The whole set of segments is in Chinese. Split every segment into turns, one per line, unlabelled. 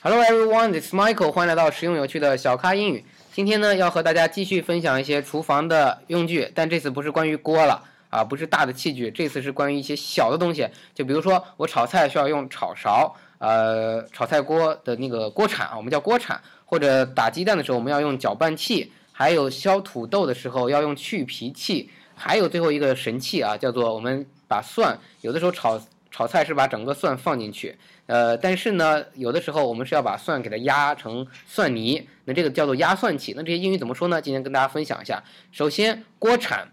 Hello everyone, this is Michael，欢迎来到实用有趣的小咖英语。今天呢，要和大家继续分享一些厨房的用具，但这次不是关于锅了啊，不是大的器具，这次是关于一些小的东西，就比如说我炒菜需要用炒勺，呃，炒菜锅的那个锅铲啊，我们叫锅铲，或者打鸡蛋的时候我们要用搅拌器，还有削土豆的时候要用去皮器，还有最后一个神器啊，叫做我们把蒜，有的时候炒炒菜是把整个蒜放进去，呃，但是呢，有的时候我们是要把蒜给它压成蒜泥，那这个叫做压蒜器。那这些英语怎么说呢？今天跟大家分享一下。首先，锅铲，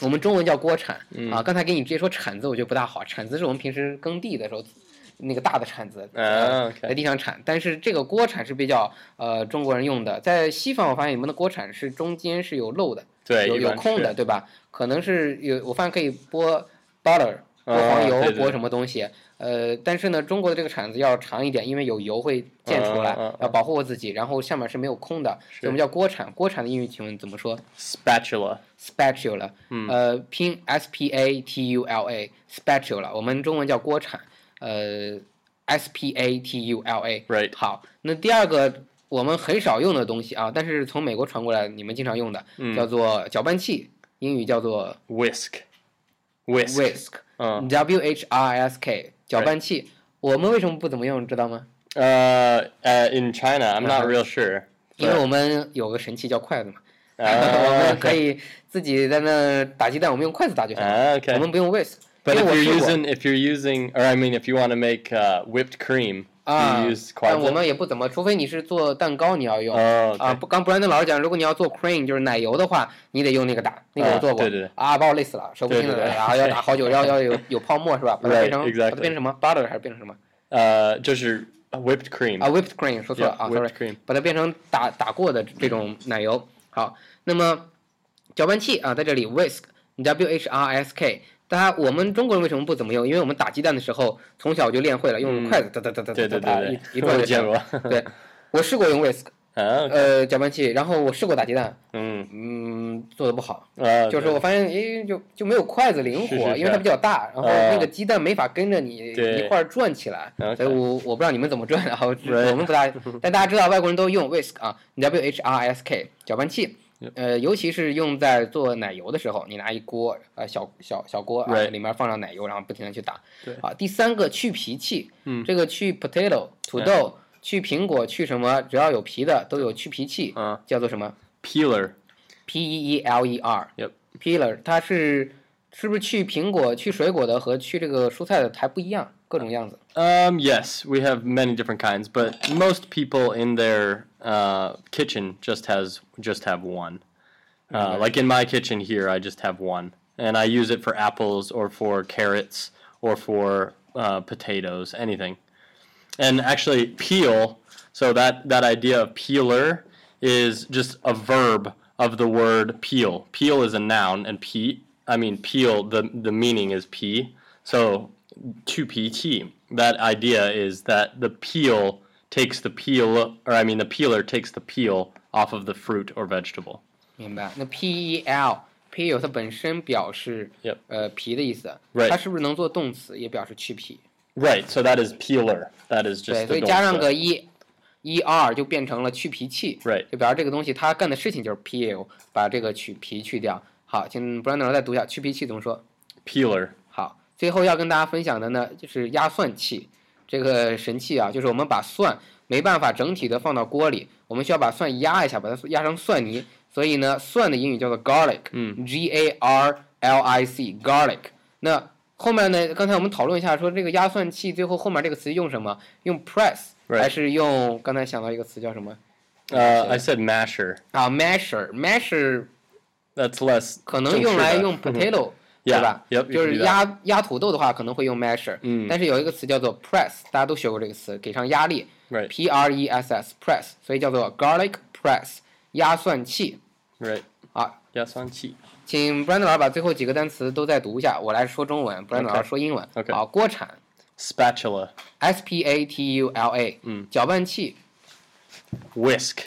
我们中文叫锅铲、啊。刚才给你直接说铲子，我觉得不大好。铲子是我们平时耕地的时候那个大的铲子，呃
啊，OK
在地上铲。但是这个锅铲是比较呃中国人用的，在西方我发现你们的锅铲是中间是有漏的，
对，
有
一
有
般
空
是
的，对吧？可能是有，我发现可以拨 butter，拨黄
啊
油，
对对
拨什么东西。呃，但是呢，中国的这个铲子要长一点，因为有油会溅出来，
嗯嗯嗯
要保护我自己。然后下面是没有空的，所以我们叫锅铲。锅铲的英语请问怎么说
spatula，
？spatula，、呃，
嗯
拼 s p a t u l a，spatula，我们中文叫锅铲，呃，s p a t u l a。
Right
好，那第二个我们很少用的东西啊，但是从美国传过来，你们经常用的，
嗯
叫做搅拌器，英语叫做
whisk whisk Oh.
whisk，Mm.
嗯
w h r s k，搅拌器。我们为什么不怎么用，知道吗？
uh uh in China I'm not real sure
因为我们有个神器叫筷子嘛，
我
我
ah,
们可以自己在那打鸡蛋，我们用筷子打就行了，
uh,
我
okay
们不用 whisk。因
but
为
if
我
you're
试过
using if you're using or I mean if you want to make uh, whipped cream
啊
you use，
但我
kwanzaa
们也不怎么，除非你是做蛋糕，你要用。
哦
啊，
对
不，刚不然那老师讲，如果你要做 cream 就是奶油的话，你得用那个打，那个我
啊
做过，
对对对
啊，把我累死了，手不
对
轻
对
的，
对
然后要打好久，然后要 有有泡沫是吧？把它
Right，
变成把它
exactly
变成什么 butter 还是变成什么
uh 就是 whipped cream
啊 whipped cream 说错了
Yeah，
啊
whipped
，sorry，
cream
把它变成打打过的这种奶油。好，那么搅拌器啊，在这里 whisk w h r s k。大家，我们中国人为什么不怎么用？因为我们打鸡蛋的时候，从小就练会了用筷子哒哒哒哒
嗯对
哒
对
哒
对
一一
对，
段
我
就行
见过
了。对，我试过用 whisk，
啊
呃，搅拌器，然后我试过打鸡蛋，
嗯
嗯，做的不好，
啊
就是我发现，诶，就就没有筷子灵活，
是是
因为它
是
比较大，然后
啊
那个鸡蛋没法跟着你
对
一块儿转起来，
OK
所以我我不知道你们怎么转，然后我们不 大，但大家知道外国人都用 whisk 啊，W H R S K 搅拌器。
嗯
呃，尤其是用在做奶油的时候，你拿一锅呃小小小锅啊
Right
里面放上奶油，然后不停的去打。
对
啊，第三个去皮器，嗯，这个去 potato 土
嗯
豆、去苹果、去什么，只要有皮的都有去皮器，
嗯
叫做什么
peeler
P E E L E R。
Yep
Peeler，它是是不是去苹果、去水果的和去这个蔬菜的还不一样，各种样子。
Um, yes, we have many different kinds, but most people in their uh, kitchen just has just have one. Uh, Like in my kitchen here, I just have one, and I use it for apples or for carrots or for uh, potatoes, anything. And actually, peel. So that that idea of peeler is just a verb of the word peel. Peel is a noun, and pe I mean peel. The the meaning is pea. So to PT. That idea is that the peel takes the peel, or I mean, the peeler takes the peel off of the fruit or vegetable.
明白？那 P E L peel 它本身表示
Yep
呃皮的意思
Right
它是不是能做动词，也表示去皮？
Right. So that is peeler. That is
对，所
just. The
以加上
dong-
个一。E R 就变成了去皮器
Right
就表示这个东西它干的事情就是 peel，把这个去皮去掉。好，请 Brandon 再读一下去皮器怎么说。
peeler.
好，最后要跟大家分享的呢，就是压蒜器这个神器啊，就是我们把蒜没办法整体的放到锅里，我们需要把蒜压一下，把它压成蒜泥。所以呢，蒜的英语叫做 garlic，嗯，G A R L I C garlic。那后面呢，刚才我们讨论一下，说这个压蒜器最后后面这个词用什么？用 press
Right
还是用？刚才想到一个词叫什么？
Uh, I said masher.
啊，masher，masher
That's less.
可能用来用
正式的。嗯
potato，对
Yeah,
吧？
yep, you
就
can
是
do that.
压压土豆的话，可能会用 masher，
嗯
但是有一个词叫做 press，大家都学过这个词，给上压力
Right
，P R E S S press，所以叫做 garlic press 压蒜器
Right.
啊。
压蒜器。
请 Brandon 老师把最后几个单词都再读一下，我来说中文，Brandon 老师说英文。
OK
好，锅铲
Spatula.
S P A T U L A，嗯，搅拌器
Whisk.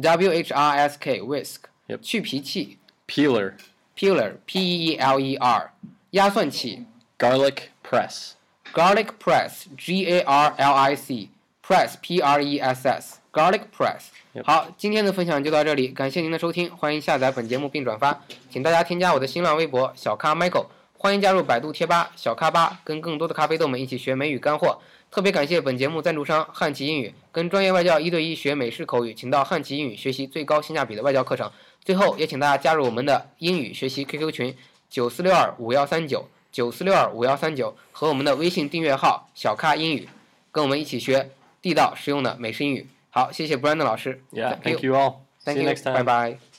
W H R S K whisk，
Yep
去皮器
Peeler.
peeler P E E L E R，压蒜器。
Garlic press.
Garlic press, G A R L I C press p r e s s garlic press。
Yep
好，今天的分享就到这里，感谢您的收听，欢迎下载本节目并转发，请大家添加我的新浪微博小咖 Michael，欢迎加入百度贴吧小咖吧，跟更多的咖啡豆们一起学美语干货。特别感谢本节目赞助商汉奇英语，跟专业外教一对一学美式口语，请到汉奇英语学习最高性价比的外教课程。最后也请大家加入我们的英语学习 QQ 群九四六二五幺三九九四六二五幺三九和我们的微信订阅号小咖英语，跟我们一起学地道实用的美式英语。好，谢谢 Brandon 老师
Yeah, thank you all.
Thank
See you
you.
next time.
拜拜。